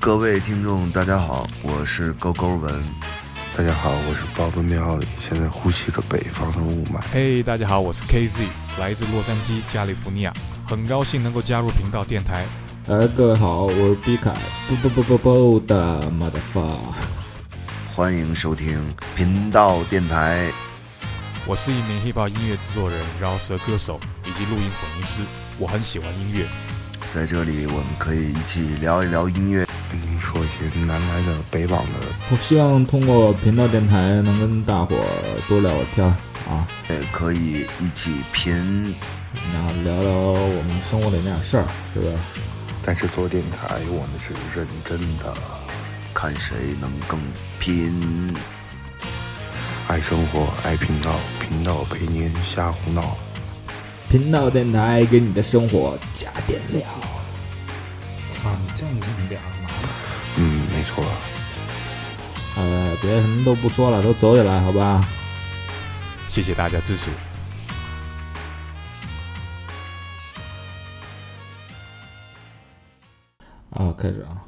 各位听众，大家好，我是勾勾文。大家好，我是鲍勃庙里，现在呼吸着北方的雾霾。嘿大家好，我是 KZ，来自洛杉矶，加利福尼亚，很高兴能够加入频道电台。哎，各位好，我是毕凯，不不不不不的 motherfucker，欢迎收听频道电台。我是一名 hiphop 音乐制作人、饶舌歌手以及录音混音师。我很喜欢音乐，在这里，我们可以一起聊一聊音乐。跟您说一些南来的、北往的，我希望通过频道电台能跟大伙儿多聊聊天儿啊，也可以一起贫然后聊聊我们生活里那点事儿，对不对？但是做电台我们是认真的，看谁能更拼。爱生活，爱频道，频道陪您瞎胡闹。频道电台给你的生活加点料。操你正经点儿嘛！嗯，没错，好了，哎别什么都不说了，都走起来，好吧？谢谢大家支持。啊，开始啊！